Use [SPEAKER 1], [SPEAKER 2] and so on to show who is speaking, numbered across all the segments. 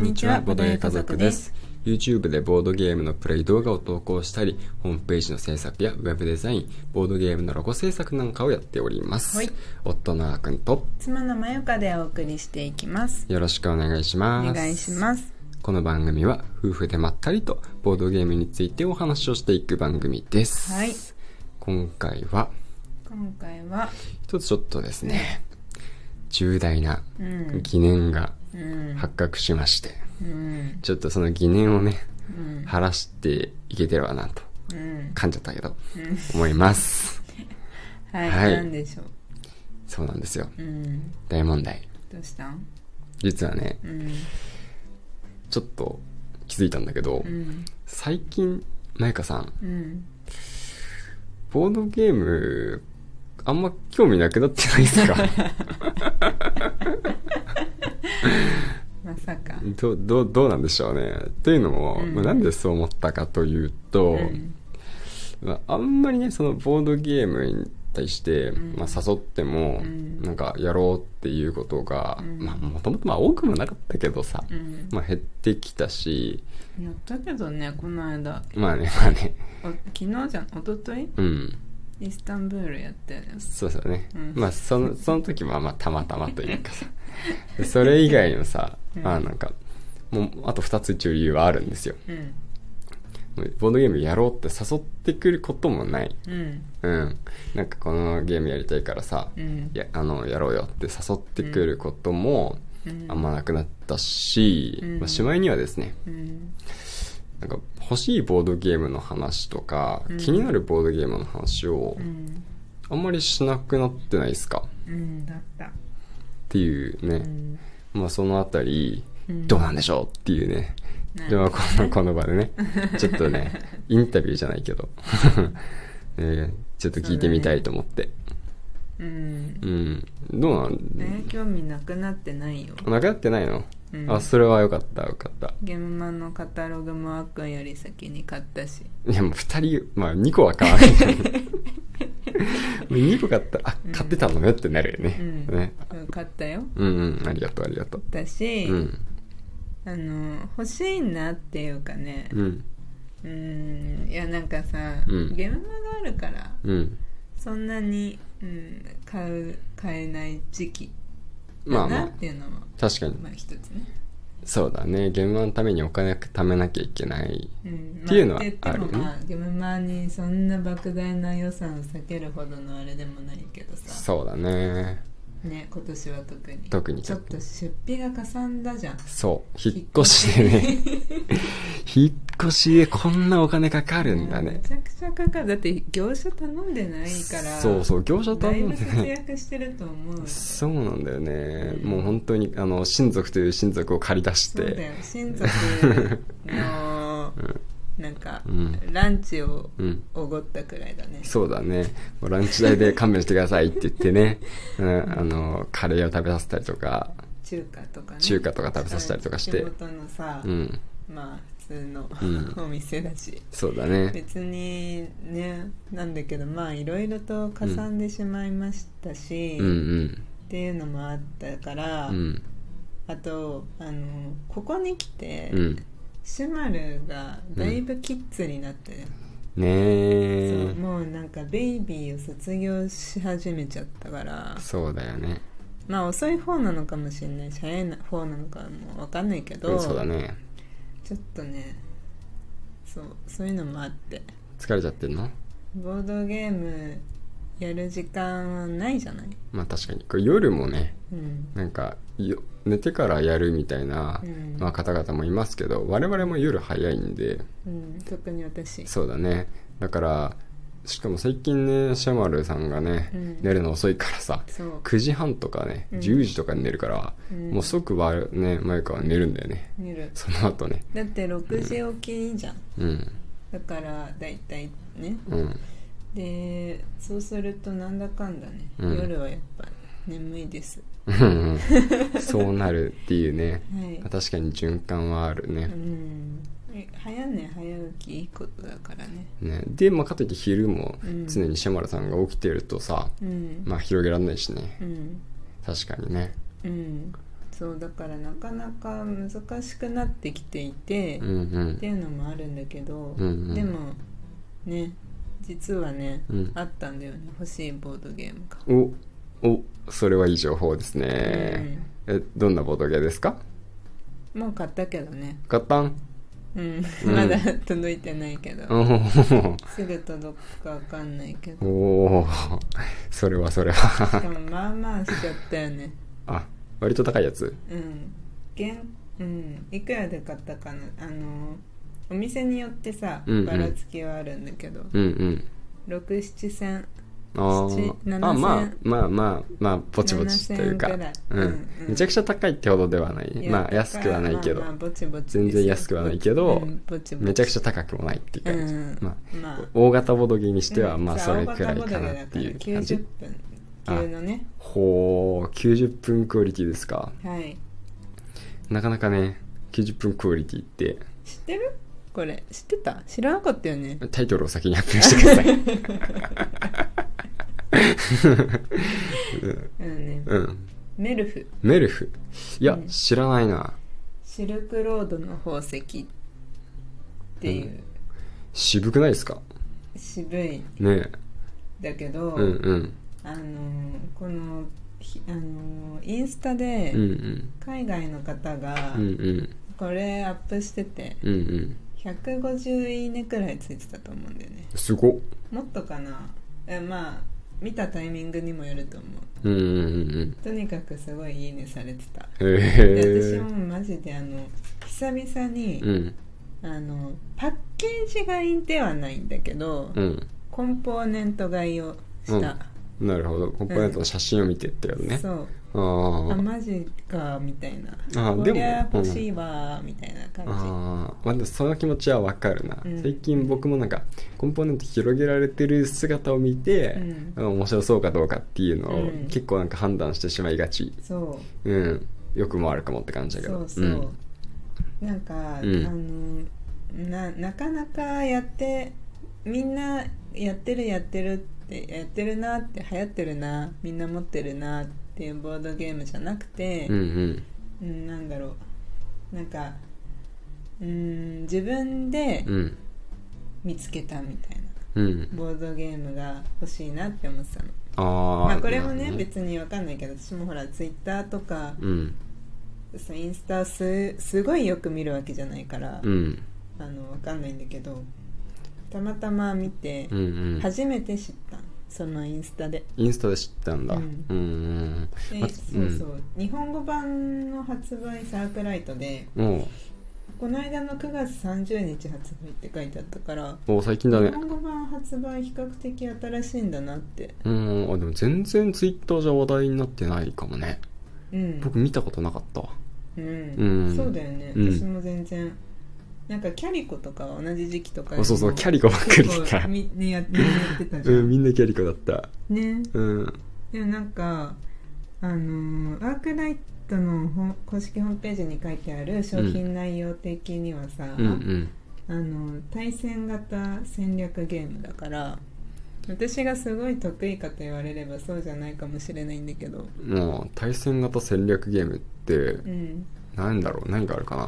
[SPEAKER 1] にちはボードゲー家族です。
[SPEAKER 2] YouTube でボードゲームのプレイ動画を投稿したり、ホームページの制作やウェブデザイン、ボードゲームのロゴ制作なんかをやっております。
[SPEAKER 1] はい
[SPEAKER 2] 夫のあーくんと
[SPEAKER 1] 妻のまゆかでお送りしていきます。
[SPEAKER 2] よろしくお願いし
[SPEAKER 1] お
[SPEAKER 2] ます。
[SPEAKER 1] 願いします。
[SPEAKER 2] この番組は夫婦でまったりとボードゲームについてお話をしていく番組です。
[SPEAKER 1] はい
[SPEAKER 2] 今回は
[SPEAKER 1] 今回は、
[SPEAKER 2] 一つちょっとですね、重大な
[SPEAKER 1] うん
[SPEAKER 2] 疑念が
[SPEAKER 1] うん、
[SPEAKER 2] 発覚しまして、
[SPEAKER 1] うん、
[SPEAKER 2] ちょっとその疑念をね、
[SPEAKER 1] うん、
[SPEAKER 2] 晴らしていけてればなと、
[SPEAKER 1] うん。
[SPEAKER 2] 噛んじゃったけど、思 います。
[SPEAKER 1] はい、
[SPEAKER 2] はい
[SPEAKER 1] なんでしょう。
[SPEAKER 2] そうなんですよ。
[SPEAKER 1] うん、
[SPEAKER 2] 大問題。
[SPEAKER 1] どうしたん
[SPEAKER 2] 実はね、
[SPEAKER 1] うん、
[SPEAKER 2] ちょっと気づいたんだけど
[SPEAKER 1] う、ん、
[SPEAKER 2] 最近、まゆかさん、
[SPEAKER 1] うん。
[SPEAKER 2] ボードゲーム、あんま興味なくなってないですか
[SPEAKER 1] まさか。
[SPEAKER 2] どどどうなんでしょうね。というのも、
[SPEAKER 1] うん
[SPEAKER 2] まあなんでそう思ったかというと、
[SPEAKER 1] うん、
[SPEAKER 2] まあ、あんまりねそのボードゲームに対して、
[SPEAKER 1] ん
[SPEAKER 2] まあ、誘っても、
[SPEAKER 1] うん
[SPEAKER 2] なんかやろうっていうことが
[SPEAKER 1] うん
[SPEAKER 2] まあもともとまあ多くもなかったけどさ、
[SPEAKER 1] うん
[SPEAKER 2] まあ、減ってきたし
[SPEAKER 1] やったけどね、この間、
[SPEAKER 2] まあね まあね
[SPEAKER 1] お昨日じゃん、一昨日
[SPEAKER 2] うん
[SPEAKER 1] イスタンブールやったよね。
[SPEAKER 2] そうそうね、
[SPEAKER 1] うん
[SPEAKER 2] まあそのその時はまあたまたまというかさ でそれ以外のさ、
[SPEAKER 1] うん
[SPEAKER 2] まあなんかもうあと2つ一応理由はあるんですよ
[SPEAKER 1] うん、
[SPEAKER 2] もうボードゲームやろうって誘ってくることもない
[SPEAKER 1] うん、
[SPEAKER 2] うんなんかこのゲームやりたいからさ、
[SPEAKER 1] うん
[SPEAKER 2] い。やあのやろうよって誘ってくることも
[SPEAKER 1] うん
[SPEAKER 2] あんまなくなったし、
[SPEAKER 1] うん
[SPEAKER 2] まあ、しまいにはですね
[SPEAKER 1] うん、
[SPEAKER 2] なんか欲しいボードゲームの話とか、
[SPEAKER 1] うん
[SPEAKER 2] 気になるボードゲームの話を
[SPEAKER 1] うん、
[SPEAKER 2] あんまりしなくなってないですかっ
[SPEAKER 1] うん、だった。
[SPEAKER 2] ていう
[SPEAKER 1] う
[SPEAKER 2] ね、
[SPEAKER 1] ん、
[SPEAKER 2] まあそのあたり
[SPEAKER 1] うん
[SPEAKER 2] どうなんでしょうっていうね、
[SPEAKER 1] ね
[SPEAKER 2] ではこのこの場でねちょっ とねインタビューじゃないけど、 えーちょっと聞いてみたいと思って
[SPEAKER 1] うん。
[SPEAKER 2] うんどうなん
[SPEAKER 1] ね、興味なくなってないよ、
[SPEAKER 2] なくなってないの、
[SPEAKER 1] うん
[SPEAKER 2] あそれはよかったよかった
[SPEAKER 1] ゲームマンのカタログもあっくんより先に買ったし
[SPEAKER 2] いやもう2人まあ2個は買わ ないけどもう2個買ったらあ買ってたのねってなるよね,、
[SPEAKER 1] うん
[SPEAKER 2] ね
[SPEAKER 1] うん買ったよ
[SPEAKER 2] うんうんありがとうありがとう
[SPEAKER 1] だし、
[SPEAKER 2] うん
[SPEAKER 1] あの欲しいなっていうかね
[SPEAKER 2] うん
[SPEAKER 1] うんいやなんかさ、
[SPEAKER 2] うん
[SPEAKER 1] ゲームマンがあるから
[SPEAKER 2] うん
[SPEAKER 1] そんなに、うん、買う買えない時期
[SPEAKER 2] ま
[SPEAKER 1] だ
[SPEAKER 2] あま
[SPEAKER 1] なっ
[SPEAKER 2] あ
[SPEAKER 1] ていうのも、
[SPEAKER 2] 確かに
[SPEAKER 1] まあ一つね、
[SPEAKER 2] そうだね現場のためにお金貯めなきゃいけない
[SPEAKER 1] うんま
[SPEAKER 2] っていうのは
[SPEAKER 1] って言っても
[SPEAKER 2] あるよね
[SPEAKER 1] まあゲームマンにそんな莫大な予算を避けるほどのあれでもないけどさ
[SPEAKER 2] そうだね
[SPEAKER 1] ね今年は特に
[SPEAKER 2] 特に
[SPEAKER 1] ちょっと出費がかさんだじゃん
[SPEAKER 2] そう引っ越しでね引っ越しでこんなお金かかるんだ
[SPEAKER 1] め
[SPEAKER 2] ね
[SPEAKER 1] ちゃくちゃかかるだって業者頼んでないから
[SPEAKER 2] そうそう業者
[SPEAKER 1] だい
[SPEAKER 2] 頼ん
[SPEAKER 1] ぶ
[SPEAKER 2] で
[SPEAKER 1] 節
[SPEAKER 2] ね
[SPEAKER 1] 約してると思うよ
[SPEAKER 2] そうなんだよね、
[SPEAKER 1] うん
[SPEAKER 2] もう本当にあの親族という親族を借り出し
[SPEAKER 1] そうだ
[SPEAKER 2] て
[SPEAKER 1] よ親族のなんか、
[SPEAKER 2] うん
[SPEAKER 1] ランチを
[SPEAKER 2] うん
[SPEAKER 1] おごったくらいだね
[SPEAKER 2] そうだねもうランチ代で勘弁してくださいって言ってね、うん、あのカレーを食べさせたりとか
[SPEAKER 1] 中華とかね
[SPEAKER 2] 中華とか食べさせたりとかして
[SPEAKER 1] 地元のさ、
[SPEAKER 2] うん
[SPEAKER 1] まあ普通の、
[SPEAKER 2] うん
[SPEAKER 1] お店だし
[SPEAKER 2] そうだね
[SPEAKER 1] 別にねなんだけどまあいろいろとかさんでしまいましたし、
[SPEAKER 2] うんうん
[SPEAKER 1] っていうのもあったから、
[SPEAKER 2] うん
[SPEAKER 1] あとあのここに来て、
[SPEAKER 2] うん
[SPEAKER 1] シュマルがだいぶキッズになって、
[SPEAKER 2] ね
[SPEAKER 1] そう
[SPEAKER 2] え
[SPEAKER 1] もうなんかベイビーを卒業し始めちゃったから
[SPEAKER 2] そうだよね
[SPEAKER 1] まあ遅い方なのかもしれないし早い方なのかもわかんないけど、
[SPEAKER 2] うんそうだね
[SPEAKER 1] ちょっとねそうそういうのもあって
[SPEAKER 2] 疲れちゃってんの
[SPEAKER 1] ボードゲームやる時間はないじゃない、
[SPEAKER 2] まあ確かにこれ夜もね
[SPEAKER 1] うん、
[SPEAKER 2] なんかよ寝てからやるみたいな、
[SPEAKER 1] うん
[SPEAKER 2] まあ、方々もいますけど我々も夜早いんで
[SPEAKER 1] うん、特に私
[SPEAKER 2] そうだねだからしかも最近ねシャマルさんがね、
[SPEAKER 1] うん
[SPEAKER 2] 寝るの遅いからさ
[SPEAKER 1] そう
[SPEAKER 2] 9時半とかね
[SPEAKER 1] うん
[SPEAKER 2] 10時とかに寝るから、
[SPEAKER 1] うん
[SPEAKER 2] もう即はねマユカは寝るんだよね
[SPEAKER 1] 見る
[SPEAKER 2] その後ね
[SPEAKER 1] だって6時起きじゃん、
[SPEAKER 2] うん
[SPEAKER 1] だからだいたいね
[SPEAKER 2] うん
[SPEAKER 1] でそうするとなんだかんだね、
[SPEAKER 2] うん
[SPEAKER 1] 夜はやっぱ眠いです
[SPEAKER 2] うんうんそうなるっていうね
[SPEAKER 1] はい
[SPEAKER 2] 確かに循環はある
[SPEAKER 1] う
[SPEAKER 2] ね,、
[SPEAKER 1] んえ早寝早起きいいことだからね
[SPEAKER 2] ねで、まあ、かといって昼も
[SPEAKER 1] うん
[SPEAKER 2] 常にシャマルさんが起きてるとさ、
[SPEAKER 1] うん
[SPEAKER 2] まあ広げられないしね
[SPEAKER 1] うん
[SPEAKER 2] 確かにね
[SPEAKER 1] うんそうだからなかなか難しくなってきていて、
[SPEAKER 2] うんう
[SPEAKER 1] っ
[SPEAKER 2] ん
[SPEAKER 1] ていうのもあるんだけど、
[SPEAKER 2] うんうん
[SPEAKER 1] でもね実はね、
[SPEAKER 2] うん
[SPEAKER 1] あったんだよね欲しいボードゲームが、
[SPEAKER 2] おおそれはいい情報ですね、えどんなボードゲーですか
[SPEAKER 1] もう買ったけどね、
[SPEAKER 2] 買ったん
[SPEAKER 1] うん、
[SPEAKER 2] う ん
[SPEAKER 1] まだ届いてないけど、
[SPEAKER 2] おー
[SPEAKER 1] すぐ届くかわかんないけど
[SPEAKER 2] おーそれはそれ
[SPEAKER 1] で
[SPEAKER 2] は
[SPEAKER 1] もまあまあしちゃったよね
[SPEAKER 2] あ割と高いやつ
[SPEAKER 1] うん現うんいくらで買ったかなあのお店によってさ
[SPEAKER 2] うんうん
[SPEAKER 1] ばらつきはあるんだけど、
[SPEAKER 2] うんうん
[SPEAKER 1] 六七67千
[SPEAKER 2] あー
[SPEAKER 1] 七千
[SPEAKER 2] あまあまあまあまあぼちぼちというか
[SPEAKER 1] 七千ぐらい
[SPEAKER 2] うん
[SPEAKER 1] うんうん
[SPEAKER 2] めちゃくちゃ高いってほどではない
[SPEAKER 1] いや
[SPEAKER 2] まあ安くはないけど、
[SPEAKER 1] まあまあぼちぼちです
[SPEAKER 2] 全然安くはないけど
[SPEAKER 1] うんぼちぼち
[SPEAKER 2] めちゃくちゃ高くもないっていう感じ、
[SPEAKER 1] うん
[SPEAKER 2] まあ
[SPEAKER 1] まあ
[SPEAKER 2] 大型ボードゲーにしては
[SPEAKER 1] うん
[SPEAKER 2] まあ
[SPEAKER 1] じゃ
[SPEAKER 2] それくら
[SPEAKER 1] 青
[SPEAKER 2] いかな
[SPEAKER 1] 型
[SPEAKER 2] っ
[SPEAKER 1] ボ
[SPEAKER 2] て
[SPEAKER 1] ト
[SPEAKER 2] い
[SPEAKER 1] ル
[SPEAKER 2] う
[SPEAKER 1] だから
[SPEAKER 2] 感じ
[SPEAKER 1] 90分級のね
[SPEAKER 2] ほう90分クオリティですか
[SPEAKER 1] はい
[SPEAKER 2] なかなかね90分クオリティって
[SPEAKER 1] 知ってるこれ知ってた知らなかったよね
[SPEAKER 2] タイトルを先に発表してください
[SPEAKER 1] あのね
[SPEAKER 2] うん
[SPEAKER 1] メルフ
[SPEAKER 2] メルフいや、
[SPEAKER 1] うん
[SPEAKER 2] 知らないな
[SPEAKER 1] シルクロードの宝石っていう、
[SPEAKER 2] 渋くないですか
[SPEAKER 1] 渋い
[SPEAKER 2] ねえ
[SPEAKER 1] だけど、
[SPEAKER 2] うんうん
[SPEAKER 1] あのーこのひあのーインスタで
[SPEAKER 2] うんうん
[SPEAKER 1] 海外の方が
[SPEAKER 2] うんうん
[SPEAKER 1] これアップしてて
[SPEAKER 2] うんうん
[SPEAKER 1] 150いいねくらいついてたと思うんだよね
[SPEAKER 2] すごっ
[SPEAKER 1] もっとかなえまあ見たタイミングにもよると思う
[SPEAKER 2] うんうんうんうん
[SPEAKER 1] とにかくすごいいいねされてた
[SPEAKER 2] へ
[SPEAKER 1] で私
[SPEAKER 2] え
[SPEAKER 1] もマジであの久々に、
[SPEAKER 2] うん
[SPEAKER 1] あのパッケージ買いではないんだけど、
[SPEAKER 2] うん
[SPEAKER 1] コンポーネント買いをした、
[SPEAKER 2] なるほどコンポーネントの写真を見てってやるね、
[SPEAKER 1] そう
[SPEAKER 2] あ
[SPEAKER 1] あ
[SPEAKER 2] ー
[SPEAKER 1] マジかみたいな
[SPEAKER 2] あ
[SPEAKER 1] こ
[SPEAKER 2] でも
[SPEAKER 1] りゃ欲しいわ、みたいな
[SPEAKER 2] あ
[SPEAKER 1] 感
[SPEAKER 2] ーまあでもその気持ちはわかるな、
[SPEAKER 1] うん
[SPEAKER 2] 最近僕もなんかコンポーネント広げられてる姿を見て、
[SPEAKER 1] うん
[SPEAKER 2] あの面白そうかどうかっていうのを
[SPEAKER 1] うん
[SPEAKER 2] 結構なんか判断してしまいがち
[SPEAKER 1] じそう
[SPEAKER 2] うんよくもあるかもって感じだけ
[SPEAKER 1] そ
[SPEAKER 2] ど
[SPEAKER 1] うそう、
[SPEAKER 2] ん
[SPEAKER 1] なんか、
[SPEAKER 2] うん
[SPEAKER 1] あのななかなかやってみんなやってるやってるってやってるなって流行ってるなみんな持ってるなっていうボードゲームじゃなくて、
[SPEAKER 2] うんうん
[SPEAKER 1] うん、なんだろうなんかうん自分で
[SPEAKER 2] うん
[SPEAKER 1] 見つけたみたいな、
[SPEAKER 2] うん
[SPEAKER 1] ボードゲームが欲しいなって思ってたの
[SPEAKER 2] あー、
[SPEAKER 1] まあこれもね
[SPEAKER 2] なるほど
[SPEAKER 1] 別にわかんないけど私もほらツイッターとか、
[SPEAKER 2] うん
[SPEAKER 1] そのインスタすすごいよく見るわけじゃないから、
[SPEAKER 2] うん
[SPEAKER 1] あのわかんないんだけどたまたま見て、
[SPEAKER 2] うんうん
[SPEAKER 1] 初めて知ったそのインスタで
[SPEAKER 2] インスタで知ったんだ、う
[SPEAKER 1] うんん、
[SPEAKER 2] うんうん
[SPEAKER 1] で
[SPEAKER 2] ま
[SPEAKER 1] そうそう、日本語版の発売サークライトで
[SPEAKER 2] うんも
[SPEAKER 1] この間の9月30日発売って書いてあったから
[SPEAKER 2] うお最近だね
[SPEAKER 1] 日本語版発売比較的新しいんだなって、
[SPEAKER 2] うんあでも全然ツイッターじゃ話題になってないかもね
[SPEAKER 1] うん
[SPEAKER 2] 僕見たことなかったわ
[SPEAKER 1] うん
[SPEAKER 2] うん
[SPEAKER 1] そうだよね、
[SPEAKER 2] うん
[SPEAKER 1] 私も全然なんかキャリコとかは同じ時期とか
[SPEAKER 2] あそうそうキャ
[SPEAKER 1] リ
[SPEAKER 2] リコばっかりか
[SPEAKER 1] みにやみんなやってたじゃ、
[SPEAKER 2] うんんみんなキャリコだった
[SPEAKER 1] ね
[SPEAKER 2] うん
[SPEAKER 1] でもなんかあのーアークライトのほん公式ホームページに書いてある商品内容的にはさ、
[SPEAKER 2] うんうん
[SPEAKER 1] あの対戦型戦略ゲームだから私がすごい得意かと言われればそうじゃないかもしれないんだけど
[SPEAKER 2] もう対戦型戦略ゲームって
[SPEAKER 1] うん
[SPEAKER 2] 何だろう何があるかな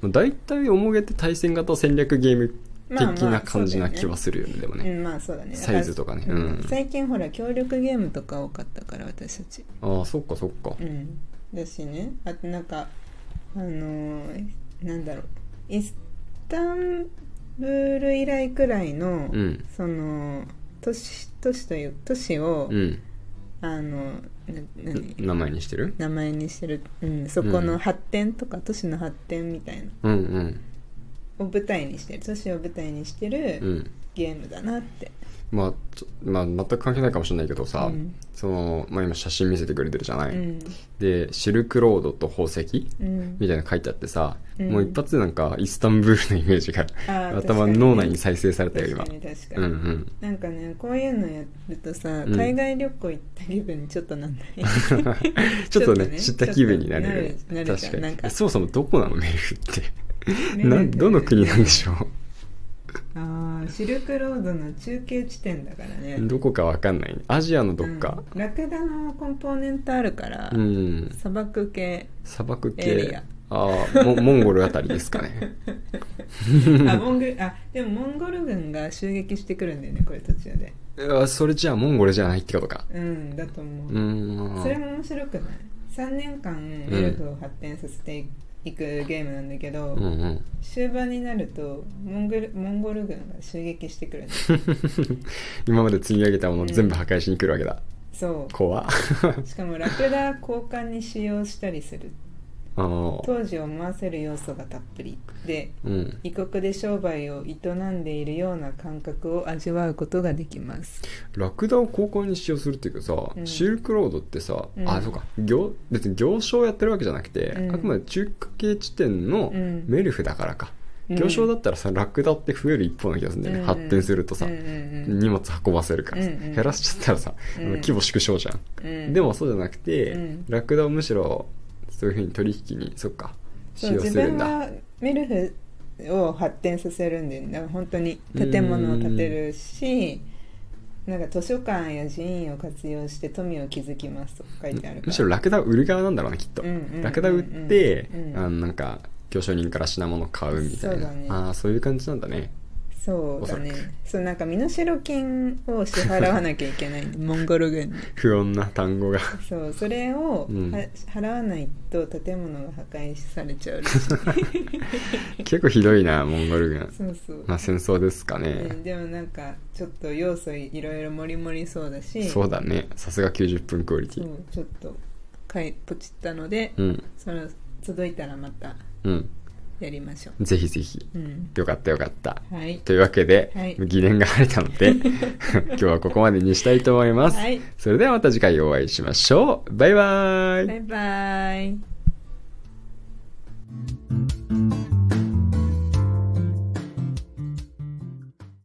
[SPEAKER 2] もう大体おもげて対戦型戦略ゲーム的な感じな気はするよねでも
[SPEAKER 1] う
[SPEAKER 2] ね
[SPEAKER 1] んまあそうだね
[SPEAKER 2] サイズとかね
[SPEAKER 1] だら
[SPEAKER 2] うん
[SPEAKER 1] 最近ほら協力ゲームとか多かったから私たち
[SPEAKER 2] ああそっかそっか
[SPEAKER 1] うんだしねあとなんかあのーなんだろうイスタンブール以来くらいの、
[SPEAKER 2] うん
[SPEAKER 1] その都市都市という都市を、
[SPEAKER 2] うん
[SPEAKER 1] あのな何
[SPEAKER 2] 名前にしてる
[SPEAKER 1] 名前にしてる、うん、そこの発展とか、都市の発展みたいな
[SPEAKER 2] うんうん
[SPEAKER 1] を舞台にしてる都市を舞台にして
[SPEAKER 2] う
[SPEAKER 1] る
[SPEAKER 2] ん
[SPEAKER 1] ゲームだなって、
[SPEAKER 2] まあちょまあ全く関係ないかもしれないけどさ、
[SPEAKER 1] うん
[SPEAKER 2] その、まあ、今写真見せてくれてるじゃな
[SPEAKER 1] う
[SPEAKER 2] い、
[SPEAKER 1] ん
[SPEAKER 2] でシルクロードと宝石
[SPEAKER 1] うん
[SPEAKER 2] みたいなの書いてあってさ、
[SPEAKER 1] うん
[SPEAKER 2] もう一発でなんかイスタンブールのイメージが
[SPEAKER 1] あー
[SPEAKER 2] 頭
[SPEAKER 1] 確かにね
[SPEAKER 2] 脳内に再生されたよ
[SPEAKER 1] 確
[SPEAKER 2] 今
[SPEAKER 1] かに確か
[SPEAKER 2] う
[SPEAKER 1] に、
[SPEAKER 2] んうん
[SPEAKER 1] なんかねこういうのやるとさ、
[SPEAKER 2] うん
[SPEAKER 1] 海外旅行行った気分にちょっと なんない
[SPEAKER 2] ちょっとね
[SPEAKER 1] ちょっとね
[SPEAKER 2] 知った気分になれるよ
[SPEAKER 1] ち
[SPEAKER 2] ね
[SPEAKER 1] ょっとなるなるじゃん
[SPEAKER 2] 確か
[SPEAKER 1] な
[SPEAKER 2] に
[SPEAKER 1] んか
[SPEAKER 2] そもそもどこなのメルフって
[SPEAKER 1] メルフ
[SPEAKER 2] などの国なんでしょう
[SPEAKER 1] ああシルクロードの中継地点だからね
[SPEAKER 2] どこかわかんないアジアのどっか
[SPEAKER 1] うんラクダのコンポーネントあるから、
[SPEAKER 2] うん、
[SPEAKER 1] 砂漠系
[SPEAKER 2] 砂漠
[SPEAKER 1] エリ
[SPEAKER 2] 系
[SPEAKER 1] ア
[SPEAKER 2] ああモ モンゴルあたりですかね
[SPEAKER 1] あモンゴルあでもモンゴル軍が襲撃してくるんだよねこれ途中で
[SPEAKER 2] うわそれじゃあモンゴルじゃないってことか
[SPEAKER 1] うんだと思
[SPEAKER 2] う
[SPEAKER 1] う、
[SPEAKER 2] ーん
[SPEAKER 1] それも面白くない3年間
[SPEAKER 2] ん
[SPEAKER 1] エルフを発展させていくゲームなんだけど、
[SPEAKER 2] うんうん
[SPEAKER 1] 終盤になるとモンゴルモンゴル軍が襲撃してくるんだよ
[SPEAKER 2] 今まで積み上げたもの全部破壊しに来るわけだ、
[SPEAKER 1] そ
[SPEAKER 2] 怖っ
[SPEAKER 1] うしかもラクダ交換に使用したりする
[SPEAKER 2] あの
[SPEAKER 1] 当時を思わせる要素がたっぷりで
[SPEAKER 2] うん
[SPEAKER 1] 異国で商売を営んでいるような感覚を味わうことができます
[SPEAKER 2] ラクダを交換に使用するっていうかさ、
[SPEAKER 1] うん
[SPEAKER 2] シルクロードってさ、
[SPEAKER 1] うん
[SPEAKER 2] あそうか行別に行商をやってるわけじゃなくて、
[SPEAKER 1] うん
[SPEAKER 2] あくまで中継地点の
[SPEAKER 1] うん
[SPEAKER 2] メルフだからか、
[SPEAKER 1] うん
[SPEAKER 2] 行商だったらさラクダって増える一方の気がするんだよね、
[SPEAKER 1] うん
[SPEAKER 2] 発展するとさ、
[SPEAKER 1] うんうん
[SPEAKER 2] 荷物運ばせるからさ、
[SPEAKER 1] うんうん
[SPEAKER 2] 減らしちゃったらさ、
[SPEAKER 1] うん
[SPEAKER 2] あの規模縮小じゃん、
[SPEAKER 1] うんうん
[SPEAKER 2] でもそうじゃなくて、
[SPEAKER 1] うん
[SPEAKER 2] ラクダをむしろそういうふうに取引にそっか
[SPEAKER 1] そ
[SPEAKER 2] 使
[SPEAKER 1] う
[SPEAKER 2] 用す
[SPEAKER 1] 自
[SPEAKER 2] る
[SPEAKER 1] 分
[SPEAKER 2] んだ
[SPEAKER 1] はメルフを発展させるんで本当に建物を建てるしなんか図書館や寺院を活用して富を築きますと書いてあるから
[SPEAKER 2] むしろラクダを売る側なんだろうねきっと、
[SPEAKER 1] うんうんうんうん
[SPEAKER 2] ラクダ売って、
[SPEAKER 1] うん
[SPEAKER 2] あのなんか行商人から品物買うみたい
[SPEAKER 1] そう
[SPEAKER 2] な
[SPEAKER 1] だね
[SPEAKER 2] ああそういう感じなんだね
[SPEAKER 1] そうだ
[SPEAKER 2] おそら
[SPEAKER 1] ねそうなんか身代金を支払わなきゃいけ ないんでモンゴル軍に
[SPEAKER 2] 不穏な単語が
[SPEAKER 1] そうそれをは、
[SPEAKER 2] うん
[SPEAKER 1] 払わないと建物が破壊されちゃうら しい
[SPEAKER 2] 結構ひどいなモンゴル軍
[SPEAKER 1] そうそう、
[SPEAKER 2] まあ戦争ですか
[SPEAKER 1] う
[SPEAKER 2] ね、
[SPEAKER 1] んでもなんかちょっと要素いろいろもりもりそうだし
[SPEAKER 2] そうだねさすが90分クオリ
[SPEAKER 1] そ
[SPEAKER 2] ティ
[SPEAKER 1] うちょっと買いポチったので、
[SPEAKER 2] うん
[SPEAKER 1] その届いたらまた
[SPEAKER 2] うん
[SPEAKER 1] やりましょ
[SPEAKER 2] ぜひぜひ
[SPEAKER 1] ううん
[SPEAKER 2] よかったよかった
[SPEAKER 1] はい
[SPEAKER 2] というわけで、
[SPEAKER 1] はい
[SPEAKER 2] 疑念が晴れたの で今日はここまでにしたいと思います、
[SPEAKER 1] はい
[SPEAKER 2] それではまた次回お会いしましょうバイバイ
[SPEAKER 1] バイバイ